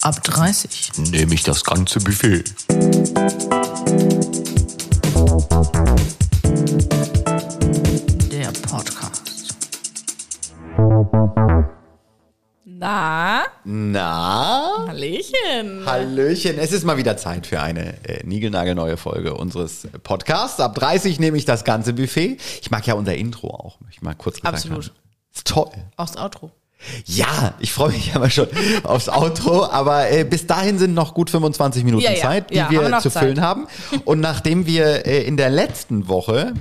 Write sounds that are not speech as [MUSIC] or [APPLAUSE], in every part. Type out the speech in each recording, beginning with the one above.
Ab 30. Nehme ich das ganze Buffet. Der Podcast. Na, Na? Hallöchen. Hallöchen, es ist mal wieder Zeit für eine äh, niegelnagelneue Folge unseres Podcasts. Ab 30 nehme ich das ganze Buffet. Ich mag ja unser Intro auch, möchte ich mal kurz gesagt Absolut. haben. Ist toll. Aufs Outro. Ja, ich freue mich aber schon aufs Outro, aber äh, bis dahin sind noch gut 25 Minuten Ja, ja, Zeit, die ja, haben wir wir noch zu Zeit. füllen haben. Und nachdem wir äh, in der letzten Woche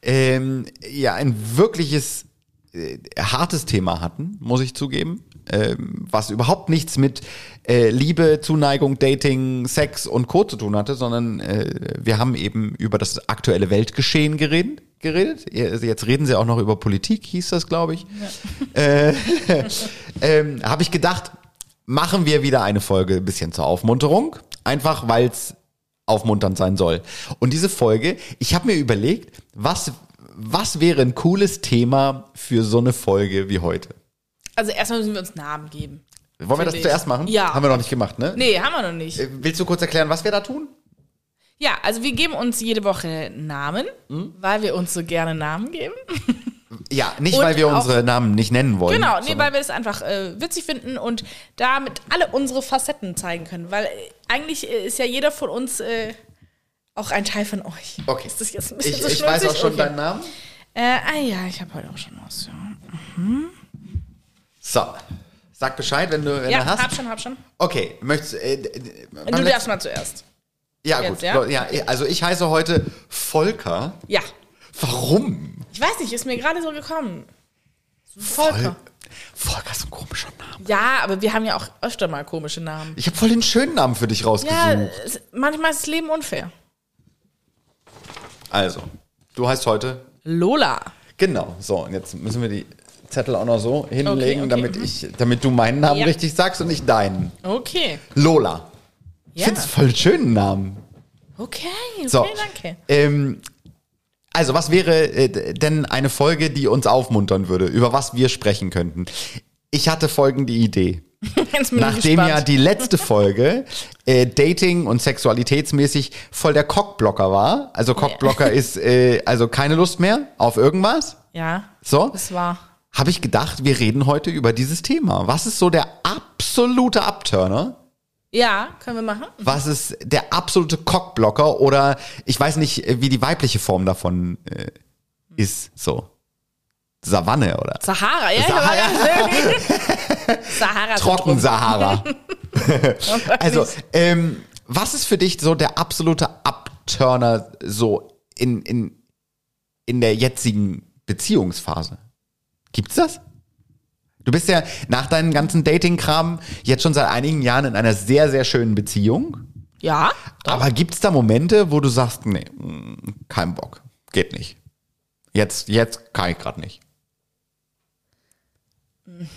ähm, ja ein wirkliches äh, hartes Thema hatten, muss ich zugeben, ähm, was überhaupt nichts mit äh, Liebe, Zuneigung, Dating, Sex und Co. zu tun hatte, sondern äh, wir haben eben über das aktuelle Weltgeschehen geredet. geredet. Also Jetzt reden sie auch noch über Politik, hieß das, glaube ich ähm, habe ich gedacht, machen wir wieder eine Folge ein bisschen zur Aufmunterung. Einfach, weil es aufmunternd sein soll. Und diese Folge, ich habe mir überlegt, was, was wäre ein cooles Thema für so eine Folge wie heute? Also erstmal müssen wir uns Namen geben. Wollen wir Finde das ich. zuerst machen? Ja. Haben wir noch nicht gemacht, ne? Nee, haben wir noch nicht. Äh, Willst du kurz erklären, was wir da tun? Ja, also wir geben uns jede Woche Namen, Hm? weil wir uns so gerne Namen geben. Ja, nicht, Und weil wir auch- unsere Namen nicht nennen wollen. Genau, nee, sondern- weil wir das einfach äh, witzig finden und damit alle unsere Facetten zeigen können. Weil äh, eigentlich äh, ist ja jeder von uns äh, auch ein Teil von euch. Okay. Ist das jetzt ein bisschen ich, so ich weiß auch schnulzig? schon Okay. deinen Namen. Äh, ah ja, ich habe heute auch schon was. Ja, So. Sag Bescheid, wenn du, wenn ja du hast. hab schon, hab schon. Okay, möchtest äh, d- d- beim Du letzten- darfst mal zuerst. Ja, Jetzt, gut. Ja? ja? also ich heiße heute Volker. Ja. Warum? Ich weiß nicht, ist mir gerade so gekommen. Volker. Volker ist ein komischer Name. Ja, aber wir haben ja auch öfter mal komische Namen. Ich habe voll den schönen Namen für dich rausgesucht. Ja, es, manchmal ist das Leben unfair. Also, du heißt heute. Lola. Genau. So, und jetzt müssen wir die Zettel auch noch so Okay, hinlegen, okay, damit mhm. ich, damit du meinen Namen Ja. richtig sagst und ich deinen. Okay. Lola. Ich Ja. find's voll einen schönen Namen. Okay, So. okay, danke. Ähm, also, was wäre äh, d- denn eine Folge, die uns aufmuntern würde, über was wir sprechen könnten? Ich hatte folgende Idee. [LAUGHS] Jetzt bin ich Nachdem gespannt. ja die letzte Folge äh, Dating und sexualitätsmäßig voll der Cockblocker war. Also Cockblocker ist äh, also keine Lust mehr auf irgendwas. ja, So, das war. habe ich gedacht, wir reden heute über dieses Thema. Was ist so der absolute Abturner? Ja, können wir machen? Was ist der absolute Cockblocker? Oder ich weiß nicht, äh, wie die weibliche Form davon äh, ist. So Savanne oder Sahara, ja, Sahara. ja. [LAUGHS] Sahara. [LAUGHS] Trocken Sahara. Syndrom. Also, ähm, was ist für dich so der absolute Upturner so in, in, in der jetzigen Beziehungsphase? Gibt's das? Du bist ja nach deinem ganzen Dating-Kram jetzt schon seit einigen Jahren in einer sehr, sehr schönen Beziehung. Ja, Aber gibt's da Momente, wo du sagst, nee, mm, kein Bock, geht nicht. Jetzt, jetzt kann ich gerade nicht.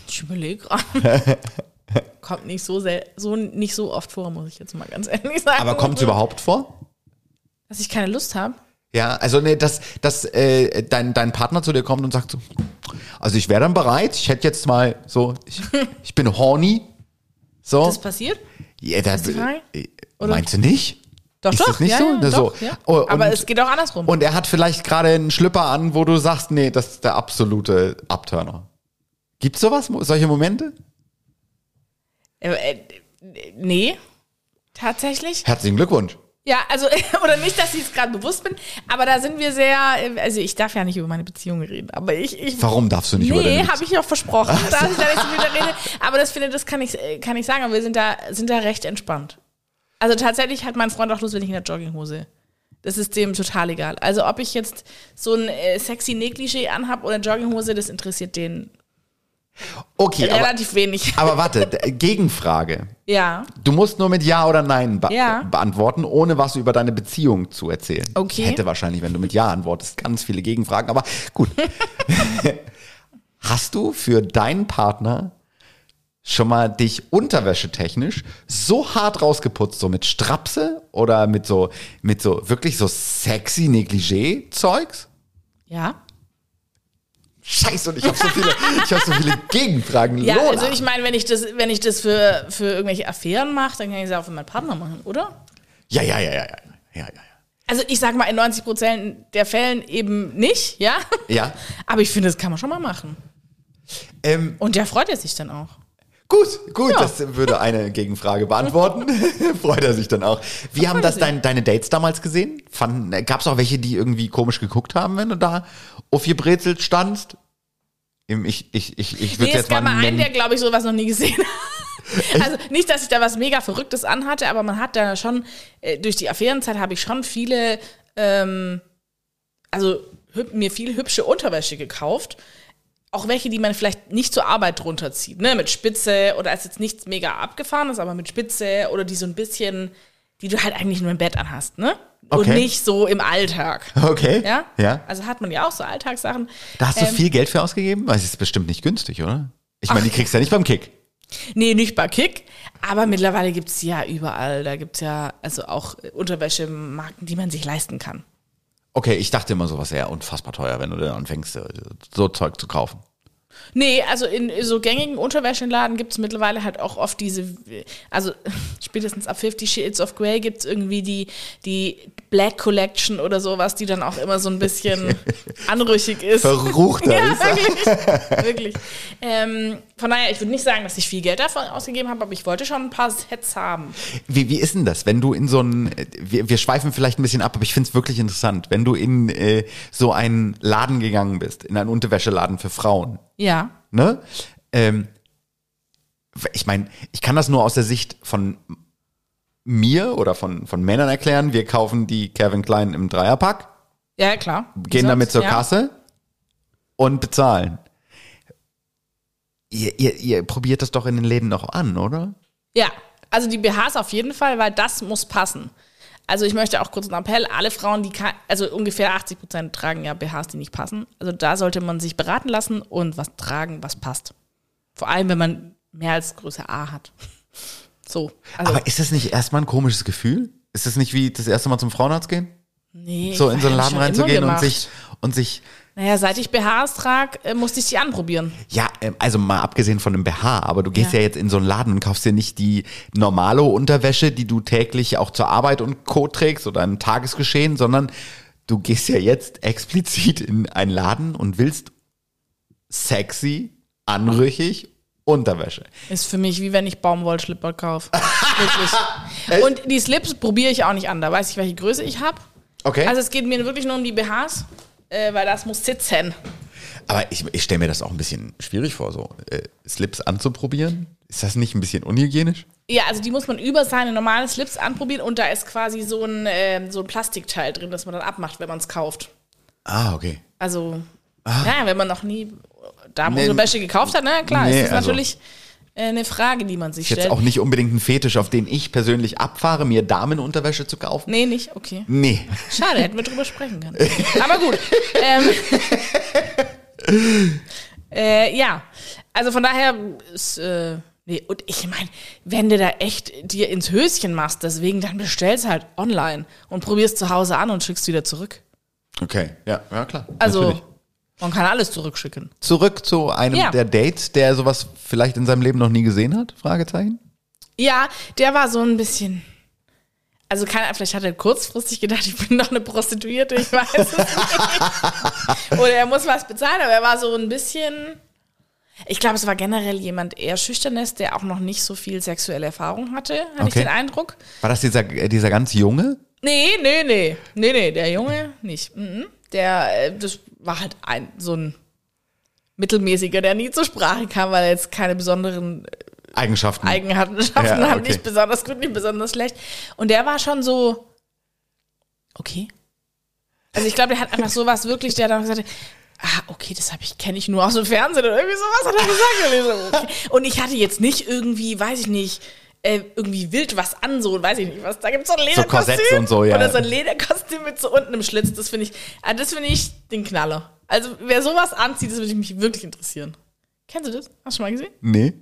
ich überlege [LAUGHS] gerade. Kommt nicht so, sel so nicht so oft vor, muss ich jetzt mal ganz ehrlich sagen. Aber kommt's überhaupt vor? Dass ich keine Lust habe? Ja, also nee, dass, dass äh, dein, dein Partner zu dir kommt und sagt so, also ich wäre dann bereit, ich hätte jetzt mal so, [LAUGHS] ich, ich bin horny. So. Das passiert? Ja, da, die Frage? äh, Oder- meinst du nicht? Doch, Ist doch. das nicht ja, so? Ja, Na, so. doch, ja. Oh, und- Aber es geht auch andersrum. Und er hat vielleicht gerade einen Schlüpper an, wo du sagst, nee, das ist der absolute Abturner. Gibt's sowas, mo- solche Momente? Äh, äh, nee, tatsächlich. Herzlichen Glückwunsch. Ja, also, [LAUGHS] oder nicht, dass ich es gerade bewusst bin, aber da sind wir sehr, äh, also ich darf ja nicht über meine Beziehung reden, aber ich, ich Warum darfst du nicht über nee, deine habe ich ja auch versprochen, dass ich da nicht so viel drüber rede, aber das finde, das kann ich, äh, kann ich sagen, aber wir sind da, sind da recht entspannt. Also tatsächlich hat mein Freund auch Lust, wenn ich in der Jogginghose. Das ist dem total egal. Also ob ich jetzt so ein äh, sexy Negligé anhab oder Jogginghose, das interessiert den Okay, aber, relativ wenig. aber warte, d- Gegenfrage. Ja. Du musst nur mit Ja oder Nein be Ja. beantworten, ohne was über deine Beziehung zu erzählen. Okay. Ich hätte wahrscheinlich, wenn du mit Ja antwortest, ganz viele Gegenfragen, aber [LAUGHS] gut. Hast du für deinen Partner schon mal dich unterwäschetechnisch so hart rausgeputzt, so mit Strapse oder mit so, mit so wirklich so sexy Negligé-Zeugs? Ja. Scheiße, und ich habe so viele, ich habe so [LAUGHS] viele Gegenfragen. Ja, Lola. also ich meine, wenn ich das, wenn ich das für, für irgendwelche Affären mache, dann kann ich es auch für meinen Partner machen, oder? ja, ja, ja, ja, ja, ja, ja, ja. Also ich sag mal, in 90 Prozent der Fällen eben nicht, ja? Ja. [LAUGHS] Aber ich finde, das kann man schon mal machen. Ähm, Und der freut er sich dann auch. gut, gut, Ja. das würde eine Gegenfrage [LAUGHS] beantworten. Freut er sich dann auch. Wie haben freut das er sich. dein, deine Dates damals gesehen? Gab es auch welche, die irgendwie komisch geguckt haben, wenn du da auf ihr Brezelt standst? Im- Ich, ich, ich, ich würde Nee, es jetzt mal gab mal einen, nennen. der, glaube ich, sowas noch nie gesehen hat. Also nicht, dass ich da was mega Verrücktes anhatte, aber man hat da schon, äh, durch die Affärenzeit habe ich schon viele, ähm, also hüb, mir viel hübsche Unterwäsche gekauft. Auch welche, die man vielleicht nicht zur Arbeit drunter zieht, ne? Mit Spitze oder als jetzt nichts mega abgefahren ist, aber mit Spitze oder die so ein bisschen, die du halt eigentlich nur im Bett anhast, ne? Und Okay. nicht so im [LAUGHS] Alltag. okay. Ja? ja. Also hat man ja auch so Alltagssachen. Da hast du Ähm, viel Geld für ausgegeben? Weil es ist bestimmt nicht günstig, oder? Ich meine, die kriegst du ja nicht beim Kick. Nee, nicht bei Kick, aber mittlerweile gibt es ja überall. Da gibt es ja also auch äh, Unterwäschemarken, die man sich leisten kann. Okay, ich dachte immer, sowas wäre unfassbar teuer, wenn du dann anfängst, äh, so Zeug [LAUGHS] zu kaufen. Nee, also in so gängigen Unterwäschenladen gibt es mittlerweile halt auch oft diese, also [LAUGHS] spätestens ab 50 Shades of Grey gibt es irgendwie die, die Black Collection oder sowas, die dann auch immer so ein [LAUGHS] bisschen anrüchig ist. [LAUGHS] Verruchter ja, ist er. wirklich. wirklich. Ähm, von daher, ich würde nicht sagen, dass ich viel Geld davon ausgegeben habe, aber ich wollte schon ein paar Sets haben. Wie, wie ist denn das, wenn du in so einen, äh, wir, wir schweifen vielleicht ein bisschen ab, aber ich finde es wirklich interessant, wenn du in äh, so einen Laden gegangen bist, in einen Unterwäscheladen für Frauen, Ja. ne? Ähm, ich meine, ich kann das nur aus der Sicht von mir oder von, von Männern erklären. Wir kaufen die Calvin Klein im Dreierpack, Ja, klar. gehen Sonst, damit zur ja. Kasse und bezahlen. Ihr, ihr, ihr probiert das doch in den Läden noch an, oder? Ja, also die BHs auf jeden Fall, weil das muss passen. Also ich möchte auch kurz einen Appell, alle Frauen, die ka- also ungefähr 80 Prozent tragen ja BHs, die nicht passen. Also da sollte man sich beraten lassen und was tragen, was passt. Vor allem, wenn man mehr als Größe A hat. So. Also, Aber ist das nicht erstmal ein komisches Gefühl? Ist das nicht wie das erste Mal zum Frauenarzt gehen? nee, So in so einen das hab ich Laden schon reinzugehen immer und gemacht. sich, und sich, Naja, seit ich BHs trage, äh, musste ich die anprobieren. ja, ähm, also mal abgesehen von dem BH, aber du gehst ja, Ja. jetzt in so einen Laden und kaufst dir nicht die normale Unterwäsche, die du täglich auch zur Arbeit und Co. trägst oder im Tagesgeschehen, sondern du gehst ja jetzt explizit in einen Laden und willst sexy, anrüchig Unterwäsche. Ist für mich wie wenn ich Baumwollschlipper [LAUGHS] kaufe. Wirklich. Und die Slips probiere ich auch nicht an. Da weiß ich, welche Größe ich habe. Okay. Also es geht mir wirklich nur um die BHs, äh, weil das muss sitzen. Aber ich, ich stelle mir das auch ein bisschen schwierig vor, so äh, Slips anzuprobieren. Ist das nicht ein bisschen unhygienisch? Ja, also die muss man über seine normalen Slips anprobieren und da ist quasi so ein, ähm, so ein Plastikteil drin, das man dann abmacht, wenn man es kauft. Ah, okay. Also, ja, wenn man noch nie Ah. Nee, Damenunterwäsche gekauft hat, na klar, nee, ist das also- natürlich äh, eine Frage, die man sich Ist jetzt stellt. auch nicht unbedingt ein Fetisch, auf den ich persönlich abfahre, mir Damenunterwäsche zu kaufen. Nee, nicht? Okay. Nee. Schade, hätten wir drüber sprechen können. Aber gut. Ähm, äh, ja, also von daher ist, äh, nee, und ich meine, wenn du da echt dir ins Höschen machst, deswegen, dann bestellst halt online und probierst zu Hause an und schickst wieder zurück. Okay, ja, ja klar. Also, Natürlich. man kann alles zurückschicken. Zurück zu einem Ja. der Dates, der sowas vielleicht in seinem Leben noch nie gesehen hat? Fragezeichen? Ja, der war so ein bisschen. Also keiner, vielleicht hat er kurzfristig gedacht, ich bin doch eine Prostituierte, ich weiß es nicht. Oder er muss was bezahlen, aber er war so ein bisschen. Ich glaube, es war generell jemand eher schüchternes, der auch noch nicht so viel sexuelle Erfahrung hatte, hatte ich Okay. den Eindruck. War das dieser, äh, dieser ganz junge? Nee, nee, nee. Nee, nee, der Junge nicht. Mhm. Der, äh, das war halt ein, so ein mittelmäßiger, der nie zur Sprache kam, weil er jetzt keine besonderen Eigenschaften. Eigenschaften Ja, haben, okay. nicht besonders gut, nicht besonders schlecht. Und der war schon so, okay. Also ich glaube, der hat einfach sowas wirklich, der hat dann gesagt, ah, okay, das habe ich, kenne ich nur aus dem Fernsehen oder irgendwie sowas hat er gesagt. Und ich, so, okay. und ich hatte jetzt nicht irgendwie, weiß ich nicht, äh, irgendwie wild was an, so, weiß ich nicht was. Da gibt's so ein Lederkostüm. Korsetts und so, ja. Oder so ein Lederkostüm mit so unten im Schlitz. Das finde ich, ah, das finde ich den Knaller. Also wer sowas anzieht, das würde mich wirklich interessieren. Kennst du das? Hast du schon mal gesehen? Nee?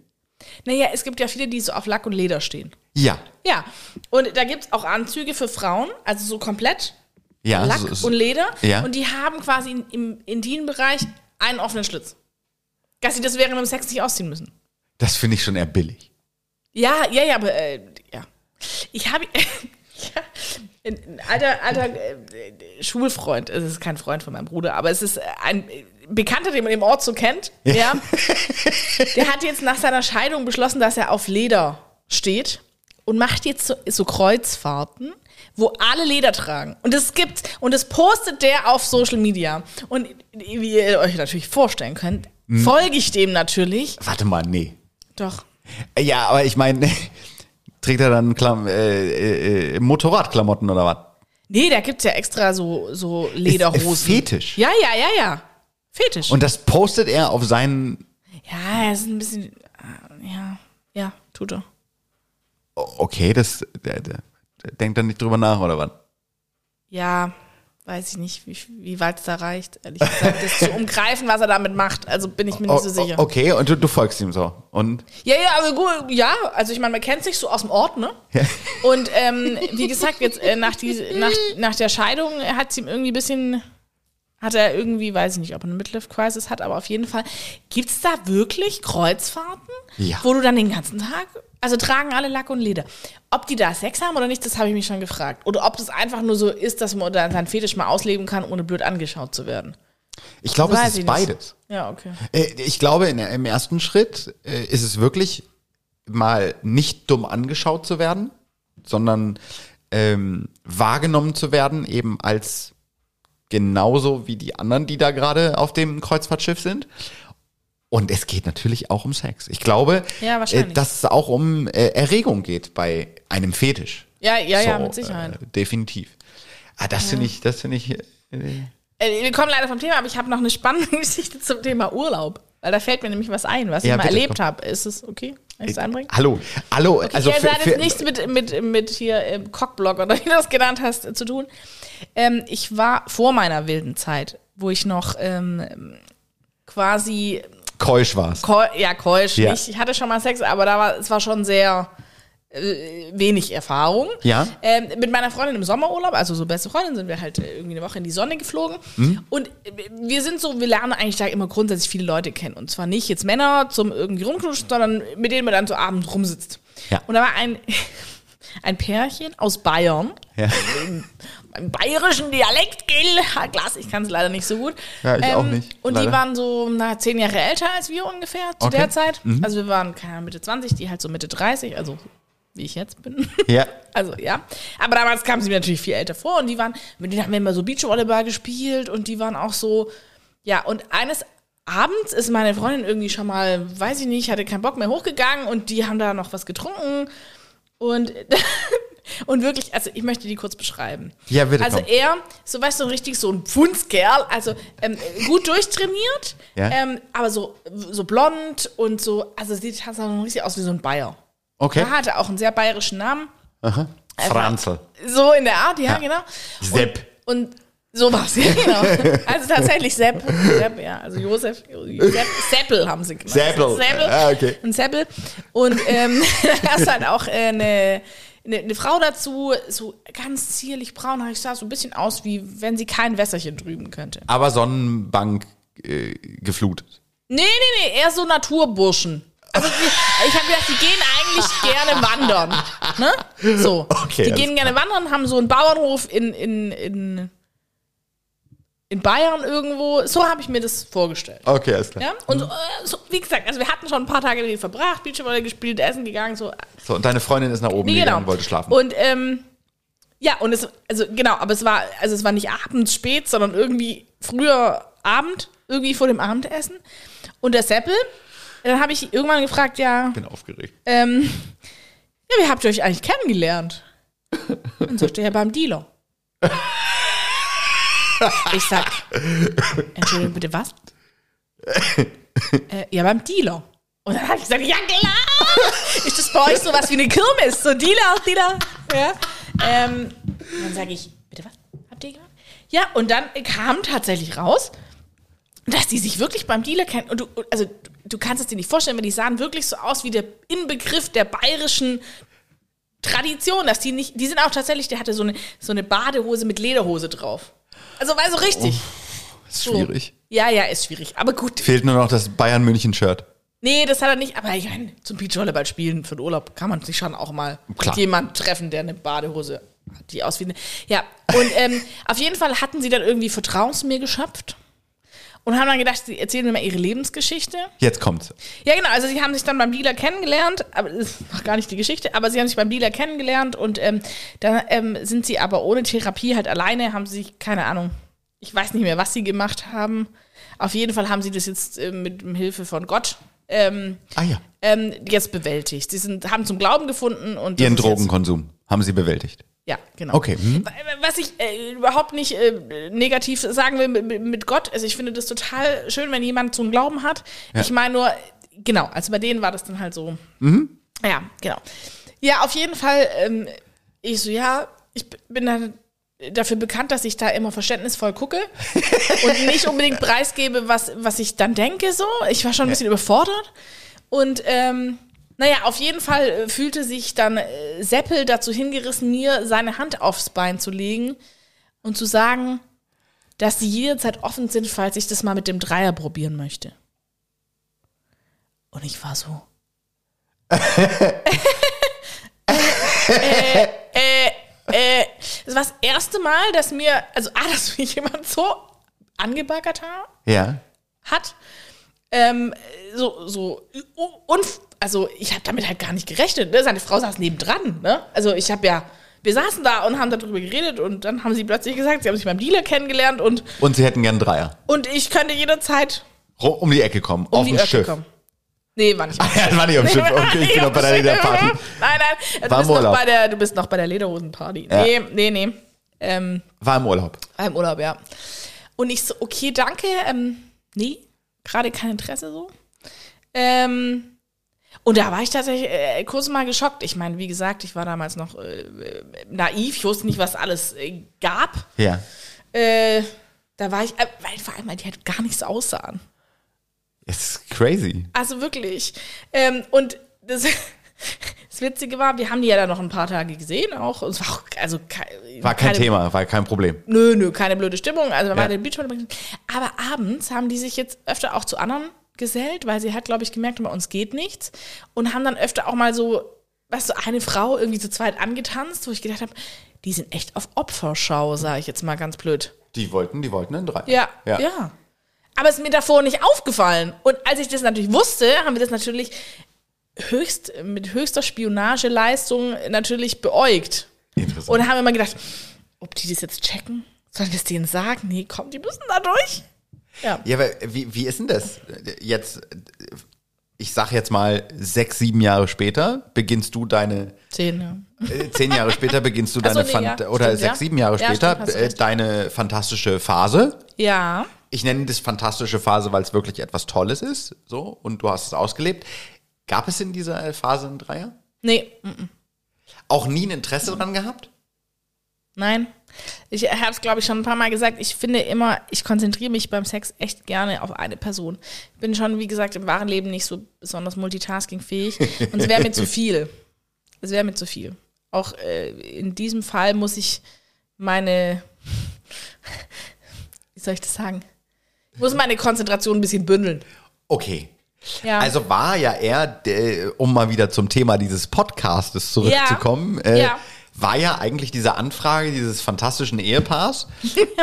Naja, es gibt ja viele, die so auf Lack und Leder stehen. Ja. Ja, und da gibt's auch Anzüge für Frauen, also so komplett Ja, Lack so- so- und Leder. Ja. Und die haben quasi in, im Intimbereich einen offenen Schlitz. Dass sie das während dem Sex nicht ausziehen müssen. Das finde ich schon eher billig. Ja, ja, ja, aber äh, [LAUGHS] ja. Ich habe ja, ein ein alter, alter äh, Schulfreund, es ist kein Freund von meinem Bruder, aber es ist äh, ein Bekannter, den man im Ort so kennt. Ja. Der hat jetzt nach seiner Scheidung beschlossen, dass er auf Leder steht und macht jetzt so, so Kreuzfahrten, wo alle Leder tragen. Und es gibt's und das postet der auf Social Media. Und wie ihr euch natürlich vorstellen könnt, folge ich dem natürlich. Warte mal, nee. Äh, Doch. Ja, aber ich meine, [LAUGHS] trägt er dann Klam äh, äh, äh, Motorradklamotten oder was? Nee, da gibt's ja extra so, so Lederhosen. Ist, äh, Fetisch. Ja, ja, ja, ja. Fetisch. Und das postet er auf seinen. ja, er ist ein bisschen. äh, Ja, ja, tut er. O- Okay, das. Der, der, der denkt dann nicht drüber nach oder was? Ja, weiß ich nicht, wie, wie weit es da reicht, ehrlich gesagt, das zu umgreifen, was er damit macht. Also bin ich mir nicht so O- o- sicher. Okay, und du, du folgst ihm so. Und Ja, ja, aber gut, ja, also ich meine, man kennt sich so aus dem Ort, ne? Und ähm, wie gesagt, jetzt äh, nach, die, nach, nach der Scheidung hat es ihm irgendwie ein bisschen, hat er irgendwie, weiß ich nicht, ob er eine Midlife-Crisis hat, aber auf jeden Fall, gibt es da wirklich Kreuzfahrten, Ja. wo du dann den ganzen Tag, also tragen alle Lack und Leder. Ob die da Sex haben oder nicht, das habe ich mich schon gefragt. Oder ob das einfach nur so ist, dass man dann seinen Fetisch mal ausleben kann, ohne blöd angeschaut zu werden. ich glaube, Weiß es ich ist nicht. beides. Ja, okay. Äh, Ich glaube, in, im ersten Schritt äh, ist es wirklich mal nicht dumm angeschaut zu werden, sondern ähm, wahrgenommen zu werden, eben als genauso wie die anderen, die da gerade auf dem Kreuzfahrtschiff sind. Und es geht natürlich auch um Sex. Ich glaube, Ja, wahrscheinlich. äh, dass es auch um äh, Erregung geht bei einem Fetisch. Ja, ja, ja, So, mit Sicherheit. Äh, definitiv. Ah, das finde ich, das finde ich. äh, Äh, wir kommen leider vom Thema, aber ich habe noch eine spannende [LAUGHS] Geschichte zum Thema Urlaub. Weil da fällt mir nämlich was ein, was Ja, ich mal bitte, erlebt komm. habe. Ist es okay, wenn ich es anbringe? Hallo, hallo. also ja, für, das hat für, jetzt nichts mit, mit, mit hier ähm, Cockblock oder [LAUGHS] wie du das genannt hast, äh, zu tun. Ähm, ich war vor meiner wilden Zeit, wo ich noch ähm, quasi, keusch war's. keu ja, keusch Ja. nicht. Ich hatte schon mal Sex, aber da war, es war schon sehr äh, wenig Erfahrung. Ja. Ähm, mit meiner Freundin im Sommerurlaub, also so beste Freundin, sind wir halt äh, irgendwie eine Woche in die Sonne geflogen. Mhm. Und äh, wir sind so, wir lernen eigentlich da immer grundsätzlich viele Leute kennen. Und zwar nicht jetzt Männer zum irgendwie rumknutschen, sondern mit denen man dann so abend rumsitzt. Ja. Und da war ein, [LAUGHS] ein Pärchen aus Bayern, Ja. im bayerischen Dialekt, gell? Ha, Glas, ich kann es leider nicht so gut. Ähm, Ja, ich auch nicht, Und die leider. waren so na, zehn Jahre älter als wir ungefähr zu Okay. Mhm. der Zeit. Also wir waren, keine Ahnung, Mitte 20, die halt so Mitte 30, also wie ich jetzt bin. Ja. Also ja, aber damals kamen sie mir natürlich viel älter vor und die waren, mit denen haben wir immer so Beachvolleyball gespielt und die waren auch so, ja und eines Abends ist meine Freundin irgendwie schon mal, weiß ich nicht, hatte keinen Bock mehr hochgegangen und die haben da noch was getrunken und [LAUGHS] und wirklich, also ich möchte die kurz beschreiben. Ja, bitte, Also komm. er, so weißt du, richtig so ein Pfundskerl, also ähm, gut durchtrainiert, Ja. ähm, aber so so blond und so, also sieht tatsächlich richtig aus wie so ein Bayer. Okay. Er hatte auch einen sehr bayerischen Namen. Aha. Also Franzl. So in der Art, ja, Ja. genau. Sepp. Und, und sowas, ja, [LAUGHS] genau. Also tatsächlich Sepp. Sepp, ja. Also Josef, Sepp, Seppel haben sie genannt. Seppel. Seppel. Ah, okay. Ein Seppel. Und ähm, [LAUGHS] da ist halt auch äh, eine, eine, eine Frau dazu, so ganz zierlich braunhaarig, sah so ein bisschen aus, wie wenn sie kein Wässerchen drüben könnte. Aber Sonnenbank äh, geflutet. Nee, nee, nee, eher so Naturburschen. Also die, ich habe gedacht, die gehen eigentlich gerne wandern. Ne? So. Okay, die alles gehen gerne wandern, haben so einen Bauernhof in, in, in, in Bayern irgendwo. So habe ich mir das vorgestellt. Okay, alles klar. Ja? Und so, äh, so, wie gesagt, also wir hatten schon ein paar Tage mit denen verbracht, Beachvolleyball gespielt, essen gegangen, so So, und deine Freundin ist nach oben Nee, gegangen genau. und wollte schlafen. Und ähm, ja, und es, also genau, aber es war, also es war nicht abends spät, sondern irgendwie früher Abend, irgendwie vor dem Abendessen. Und der Seppel, dann habe ich irgendwann gefragt, ja, bin aufgeregt. ähm, [LAUGHS] ja, wie habt ihr euch eigentlich kennengelernt? Dann sagt er ja beim Dealer. Ich sag, Entschuldigung, bitte was? Äh, ja, beim Dealer. Und dann hab ich gesagt, ja klar! Ist das bei euch sowas wie eine Kirmes? So Dealer, Dealer. Ja. Ähm, dann sage ich, bitte was? Habt ihr gemacht? Ja, und dann kam tatsächlich raus, dass die sich wirklich beim Dealer kennen. Und du, also, du- du kannst es dir nicht vorstellen, weil die sahen wirklich so aus wie der Inbegriff der bayerischen Tradition, dass die nicht, die sind auch tatsächlich, der hatte so eine, so eine Badehose mit Lederhose drauf. Also war so richtig. Ist So. Oh, schwierig. Ja, ja, ist schwierig. Aber gut. Fehlt nur noch das Bayern-München-Shirt. Nee, das hat er nicht. Aber ich meine, zum Beachvolleyball spielen für den Urlaub kann man sich schon auch mal Klar. mit jemandem treffen, der eine Badehose hat, die aussieht. Ja, und [LAUGHS] ähm, auf jeden Fall hatten sie dann irgendwie Vertrauen zu mir geschöpft und haben dann gedacht, sie erzählen mir mal ihre Lebensgeschichte. Jetzt kommt's. Ja, genau. Also sie haben sich dann beim Dealer kennengelernt, aber das ist noch gar nicht die Geschichte, aber sie haben sich beim Dealer kennengelernt und ähm, dann ähm, sind sie aber ohne Therapie halt alleine, haben sie, keine Ahnung, ich weiß nicht mehr, was sie gemacht haben. Auf jeden Fall haben sie das jetzt ähm, mit Hilfe von Gott ähm, Ah ja. ähm, jetzt bewältigt. Sie sind, haben zum Glauben gefunden und. das Ihren ist Drogenkonsum haben sie bewältigt. Jetzt, ja, genau. Okay. Hm? Was ich äh, überhaupt nicht äh, negativ sagen will mit, mit Gott, also ich finde das total schön, wenn jemand so einen Glauben hat. Ja. Ich meine nur, genau, also bei denen war das dann halt so. Mhm. Ja, genau. Ja, auf jeden Fall, ähm, ich so, ja, ich b- bin dann dafür bekannt, dass ich da immer verständnisvoll [LAUGHS] gucke und nicht unbedingt preisgebe, was, was ich dann denke so. Ich war schon ein bisschen überfordert. Und ähm, naja, auf jeden Fall äh, fühlte sich dann äh, Seppel dazu hingerissen, mir seine Hand aufs Bein zu legen und zu sagen, dass sie jederzeit offen sind, falls ich das mal mit dem Dreier probieren möchte. Und ich war so. äh, äh, äh. Das war das erste Mal, dass mir, also A, dass mich jemand so angebaggert hat Ja. hat. Ähm, so, so, und, also ich habe damit halt gar nicht gerechnet. Ne? Seine Frau saß nebendran. Ne? Also ich habe ja, wir saßen da und haben darüber geredet und dann haben sie plötzlich gesagt, sie haben sich beim Dealer kennengelernt und, Und sie hätten gern einen Dreier. und ich könnte jederzeit Ru- Um die Ecke kommen. um auf die dem Ecke Schiff. kommen. Nee, war nicht. [LAUGHS] Ja, war nicht auf dem Schiff. Okay, ich bin noch bei der Lederparty. Nein, nein, Also, du War im bist, noch Urlaub. bei der, du bist noch bei der Lederhosenparty. Ja. Nee, nee, nee. Ähm, War im Urlaub. war im Urlaub, ja. Und ich so, okay, danke. Ähm, nee, gerade kein Interesse so. Ähm, und da war ich tatsächlich äh, kurz mal geschockt. Ich meine, wie gesagt, ich war damals noch äh, äh, naiv. Ich wusste nicht, was alles äh, gab. Ja. Äh, da war ich, äh, weil vor allem, weil die halt gar nichts aussahen. Ist crazy. Also wirklich. Ähm, und das, [LAUGHS] das Witzige war, wir haben die ja dann noch ein paar Tage gesehen auch. Und es war auch also kei- War kein keine- Thema, war kein Problem. nö, nö, keine blöde Stimmung. Also man Ja. war den Beachvolleyball. Aber abends haben die sich jetzt öfter auch zu anderen gesellt, weil sie hat, glaube ich, gemerkt, bei uns geht nichts. Und haben dann öfter auch mal so, weißt du, eine Frau irgendwie zu zweit angetanzt, wo ich gedacht habe, die sind echt auf Opferschau, sage ich jetzt mal ganz blöd. Die wollten, die wollten einen Dreier. Ja, ja. Ja. Aber es ist mir davor nicht aufgefallen. Und als ich das natürlich wusste, haben wir das natürlich höchst, mit höchster Spionageleistung natürlich beäugt. Interessant. Und haben immer gedacht, ob die das jetzt checken? Sollen wir es denen sagen? Nee, komm, die müssen da durch. Ja. Ja, aber wie, wie ist denn das? Jetzt, ich sag jetzt mal, sechs, sieben Jahre später beginnst du deine, Zehn, ja. äh, zehn Jahre später beginnst du [LAUGHS] Ach so, deine, nee, Fant- ja, oder stimmt, sechs, ja. sieben Jahre Ja, später stimmt, hast du äh, recht. deine fantastische Phase. Ja. Ich nenne das fantastische Phase, weil es wirklich etwas Tolles ist, so, und du hast es ausgelebt. Gab es in dieser Phase einen Dreier? Nee, Auch nie ein Interesse dran gehabt? Nein. Ich habe es, glaube ich, schon ein paar Mal gesagt. Ich finde immer, ich konzentriere mich beim Sex echt gerne auf eine Person. Ich bin schon, wie gesagt, im wahren Leben nicht so besonders multitaskingfähig. Und es wäre mir zu viel. Es wäre mir zu viel. Auch äh, in diesem Fall muss ich meine, [LAUGHS] wie soll ich das sagen? Ich muss meine Konzentration ein bisschen bündeln. Okay. Ja. Also war ja eher, der- um mal wieder zum Thema dieses Podcastes zurückzukommen, Äh, Ja. war ja eigentlich diese Anfrage dieses fantastischen [LAUGHS] Ehepaars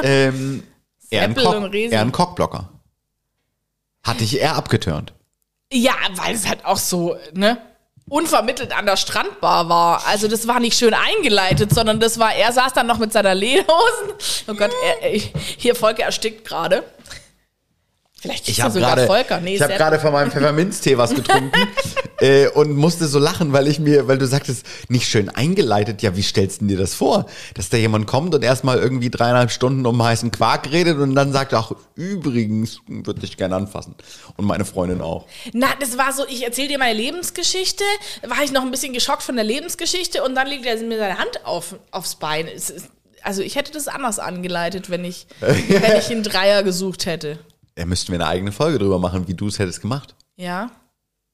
ähm, eher, ein Apple Cock, und Riesen. eher ein Cockblocker. Hatte ich eher abgeturnt. Ja, weil es halt auch so, ne? Unvermittelt an der Strandbar war. Also, das war nicht schön eingeleitet, sondern das war, er saß dann noch mit seiner Lederhosen. Oh Gott, er, ich, hier Volker erstickt gerade. Vielleicht ist Ich er habe sogar gerade Volker. Nee, ich hab Sepp. gerade von meinem Pfefferminztee was [LAUGHS] getrunken äh, und musste so lachen, weil ich mir, weil du sagtest, nicht schön eingeleitet. Ja, wie stellst du dir das vor, dass da jemand kommt und erstmal irgendwie dreieinhalb Stunden um heißen Quark redet und dann sagt, ach übrigens, würde ich gerne anfassen und meine Freundin auch. Na, das war so, ich erzähle dir meine Lebensgeschichte, war ich noch ein bisschen geschockt von der Lebensgeschichte und dann legt er mir seine Hand auf, aufs Bein. Es, ist- also, ich hätte das anders angeleitet, wenn [LAUGHS] ich, wenn ich einen Dreier gesucht hätte. Da müssten wir eine eigene Folge drüber machen, wie du es hättest gemacht. Ja?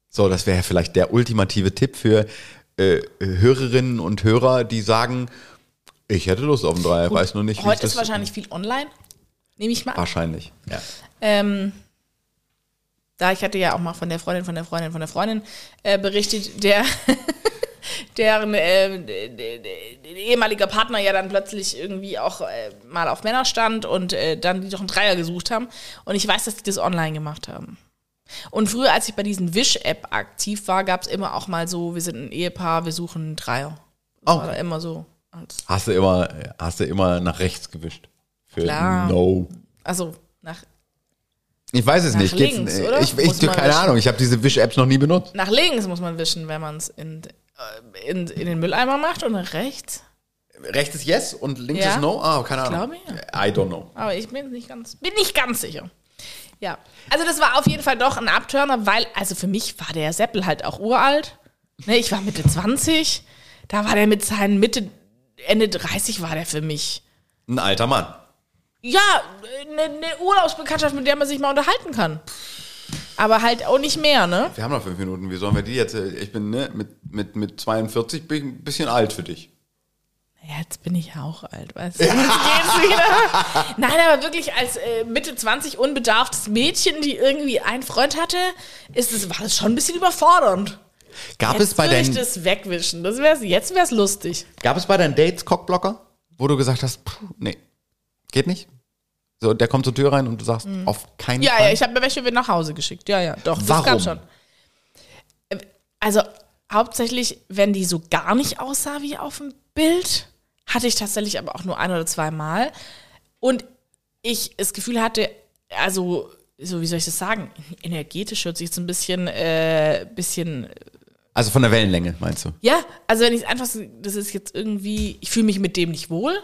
So, das wäre ja vielleicht der ultimative Tipp für äh, Hörerinnen und Hörer, die sagen, ich hätte Lust auf einen Dreier, weiß nur nicht, wie ich Heute das ist wahrscheinlich viel online. Nehme ich mal an. Wahrscheinlich. Ja. Ähm, da ich hatte ja auch mal von der Freundin, von der Freundin, von der Freundin äh, berichtet, der [LAUGHS] deren äh, d- d- d- ehemaliger Partner ja dann plötzlich irgendwie auch äh, mal auf Männer stand und äh, dann die doch einen Dreier gesucht haben. Und ich weiß, dass die das online gemacht haben. Und früher, als ich bei diesen Wish-App aktiv war, gab es immer auch mal so, wir sind ein Ehepaar, wir suchen einen Dreier. Das Oh. war da immer so. als- Hast du immer, hast du immer nach rechts gewischt? Für Klar. No. Also nach, Ich weiß es Nach nicht. Geht's- äh, links, oder? Ich, ich, Muss man keine wischen. Ahnung. Ich habe diese Wish-Apps noch nie benutzt. nach links muss man wischen, wenn man es in, äh, in, in den Mülleimer macht und nach rechts. Rechts ist Yes und links Ja. ist No. Ah, keine Ahnung. glaube, I don't know. Aber ich bin nicht ganz, bin nicht ganz sicher. Ja. Also das war auf jeden Fall doch ein Abturner, weil, also für mich war der Seppel halt auch uralt. Ne, ich war Mitte 20. Da war der mit seinen Mitte, Ende 30 war der für mich. Ein alter Mann. Ja, eine eine Urlaubsbekanntschaft, mit der man sich mal unterhalten kann. Aber halt auch nicht mehr, ne? Wir haben noch fünf Minuten. Wie sollen wir die jetzt? äh, Ich bin ne, mit, mit, mit 42 bin ich ein bisschen alt für dich. Ja, jetzt bin ich ja auch alt, weißt du? Jetzt geht's wieder. Nein, aber wirklich als äh, Mitte 20 unbedarftes Mädchen, die irgendwie einen Freund hatte, ist es, war das schon ein bisschen überfordernd. Gab Jetzt würde ich das wegwischen. Das wär's, jetzt wär's lustig. gab es bei deinen Dates Cockblocker, wo du gesagt hast, pff, nee, geht nicht? So, der kommt zur Tür rein und du sagst, auf keinen Hm. Ja, Fall. ja, ich habe mir welche wieder nach Hause geschickt. Ja, ja, doch, das Warum? gab schon. Ähm, Also hauptsächlich, wenn die so gar nicht aussah wie auf dem Bild, hatte ich tatsächlich aber auch nur ein oder zwei Mal. Und ich das Gefühl hatte, also, so wie soll ich das sagen, energetisch hört sich jetzt ein bisschen, äh, bisschen also von der Wellenlänge, meinst du? ja, also wenn ich einfach so, das ist jetzt irgendwie, ich fühle mich mit dem nicht wohl,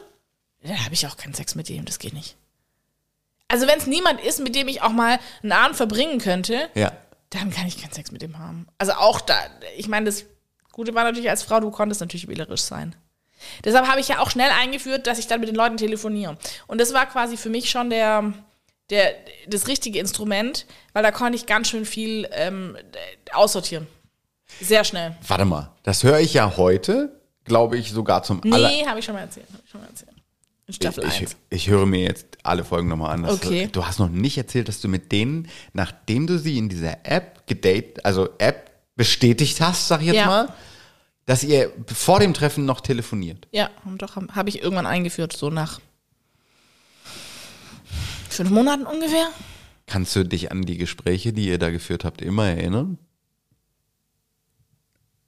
dann habe ich auch keinen Sex mit dem, das geht nicht. Also wenn es niemand ist, mit dem ich auch mal einen Abend verbringen könnte, Ja. dann kann ich keinen Sex mit dem haben. Also auch da, ich meine, das Gute war natürlich als Frau, du konntest natürlich wählerisch sein. Deshalb habe ich ja auch schnell eingeführt, dass ich dann mit den Leuten telefoniere. Und das war quasi für mich schon der, der, das richtige Instrument, weil da konnte ich ganz schön viel ähm, aussortieren. Sehr schnell. Warte mal, das höre ich ja heute, glaube ich, sogar zum aller... Nee, habe ich schon mal erzählt. Hab ich schon mal erzählt. In Staffel ich, ich, 1. ich höre mir jetzt alle Folgen nochmal an. Das- Okay. Du hast noch nicht erzählt, dass du mit denen, nachdem du sie in dieser App gedate, also App bestätigt hast, sag ich jetzt Ja. mal, dass ihr vor dem Treffen noch telefoniert. Ja, haben doch habe hab ich irgendwann eingeführt, so nach fünf Monaten ungefähr. Kannst du dich an die Gespräche, die ihr da geführt habt, immer erinnern?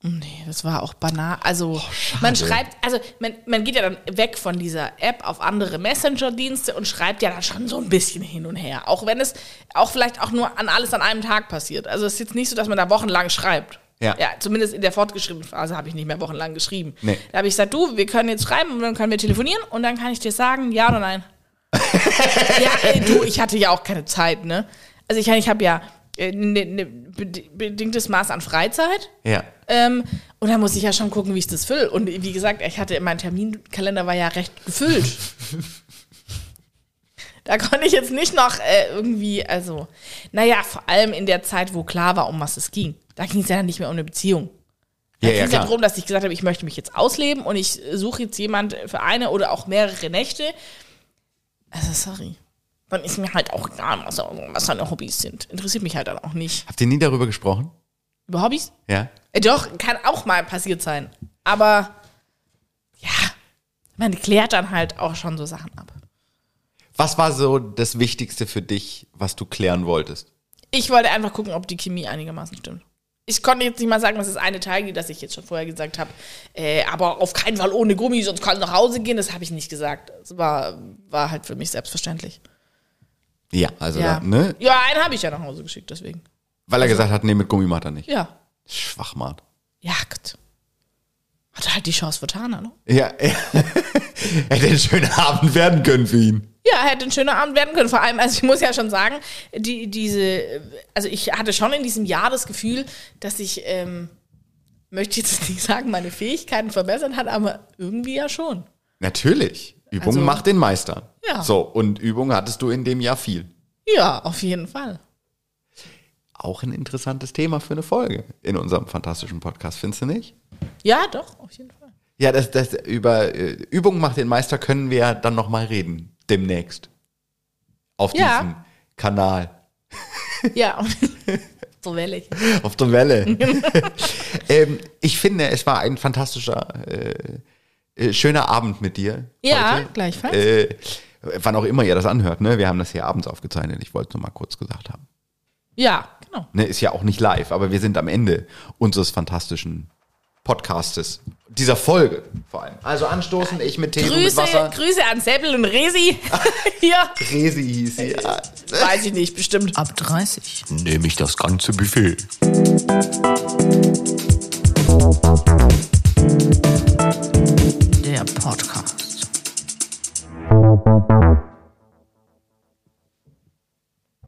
Nee, das war auch banal. Also Oh, man schreibt, also man, man geht ja dann weg von dieser App auf andere Messenger-Dienste und schreibt ja dann schon so ein bisschen hin und her. Auch wenn es auch vielleicht auch nur an alles an einem Tag passiert. Also es ist jetzt nicht so, dass man da wochenlang schreibt. Ja. ja, zumindest in der fortgeschrittenen Phase habe ich nicht mehr wochenlang geschrieben. Nee. Da habe ich gesagt, du, wir können jetzt schreiben und dann können wir telefonieren und dann kann ich dir sagen, ja oder [LAUGHS] nein. Ja, ey, du, ich hatte ja auch keine Zeit, ne? Also ich, ich habe ja ein ne, ne bed- bedingtes Maß an Freizeit. Ja. Ähm, und da muss ich ja schon gucken, wie ich das fülle. Und wie gesagt, ich hatte mein Terminkalender war ja recht [LAUGHS] gefüllt. da konnte ich jetzt nicht noch äh, irgendwie, also, naja, vor allem in der Zeit, wo klar war, um was es ging. Da ging es ja dann nicht mehr um eine Beziehung. Da Ja, ging ja, es ja klar. darum, dass ich gesagt habe, ich möchte mich jetzt ausleben und ich äh, suche jetzt jemand für eine oder auch mehrere Nächte. Also, sorry. Dann ist mir halt auch egal, was, was seine Hobbys sind. Interessiert mich halt dann auch nicht. Habt ihr nie darüber gesprochen? Über Hobbys? Ja. Äh, Doch, kann auch mal passiert sein. Aber ja, man klärt dann halt auch schon so Sachen ab. Was war so das Wichtigste für dich, was du klären wolltest? Ich wollte einfach gucken, ob die Chemie einigermaßen stimmt. Ich konnte jetzt nicht mal sagen, dass es eine Teil gibt, das ich jetzt schon vorher gesagt habe. Äh, aber auf keinen Fall ohne Gummi, sonst kann ich nach Hause gehen. Das habe ich nicht gesagt. Das war, war halt für mich selbstverständlich. Ja, also, Ja, Also Da, ne? ja einen habe ich ja nach Hause geschickt, deswegen. Weil er gesagt hat, nee, mit Gummi macht er nicht. Ja. Schwachmat. Ja, gut. Hat halt die Chance vertan, ne? Ja, [LAUGHS] hätte ein schöner Abend werden können für ihn. Ja, hätte ein schöner Abend werden können. Vor allem, also ich muss ja schon sagen, die, diese, also ich hatte schon in diesem Jahr das Gefühl, dass ich, ähm, möchte jetzt [LAUGHS] nicht sagen, meine Fähigkeiten verbessert hat, aber irgendwie ja schon. Natürlich. Übung Also- macht den Meister. Ja. So, und Übung hattest du in dem Jahr viel. Ja, auf jeden Fall. Auch ein interessantes Thema für eine Folge in unserem fantastischen Podcast, findest du nicht? Ja, doch, auf jeden Fall. Ja, das, das über äh, Übung macht den Meister können wir ja dann nochmal reden. Demnächst. auf Ja. diesem Kanal, Ja, und [LAUGHS] so werde ich. auf [LAUGHS] der Welle. [LAUGHS] ähm, ich finde, es war ein fantastischer, äh, äh, schöner Abend mit dir. Ja, heute. gleichfalls. Äh, wann auch immer ihr das anhört, ne? Wir haben das hier abends aufgezeichnet. Ich wollte es nur mal kurz gesagt haben. Ja, genau. Ne, ist ja auch nicht live, aber wir sind am Ende unseres fantastischen Podcastes. Dieser Folge vor allem. Also anstoßen, ich mit Tee, du mit Grüße, Wasser. Grüße an Seppel und Resi. [LAUGHS] [LAUGHS] ja, Resi hieß sie. Ja. weiß ich nicht, bestimmt. Ab 30. Nehme ich das ganze Buffet.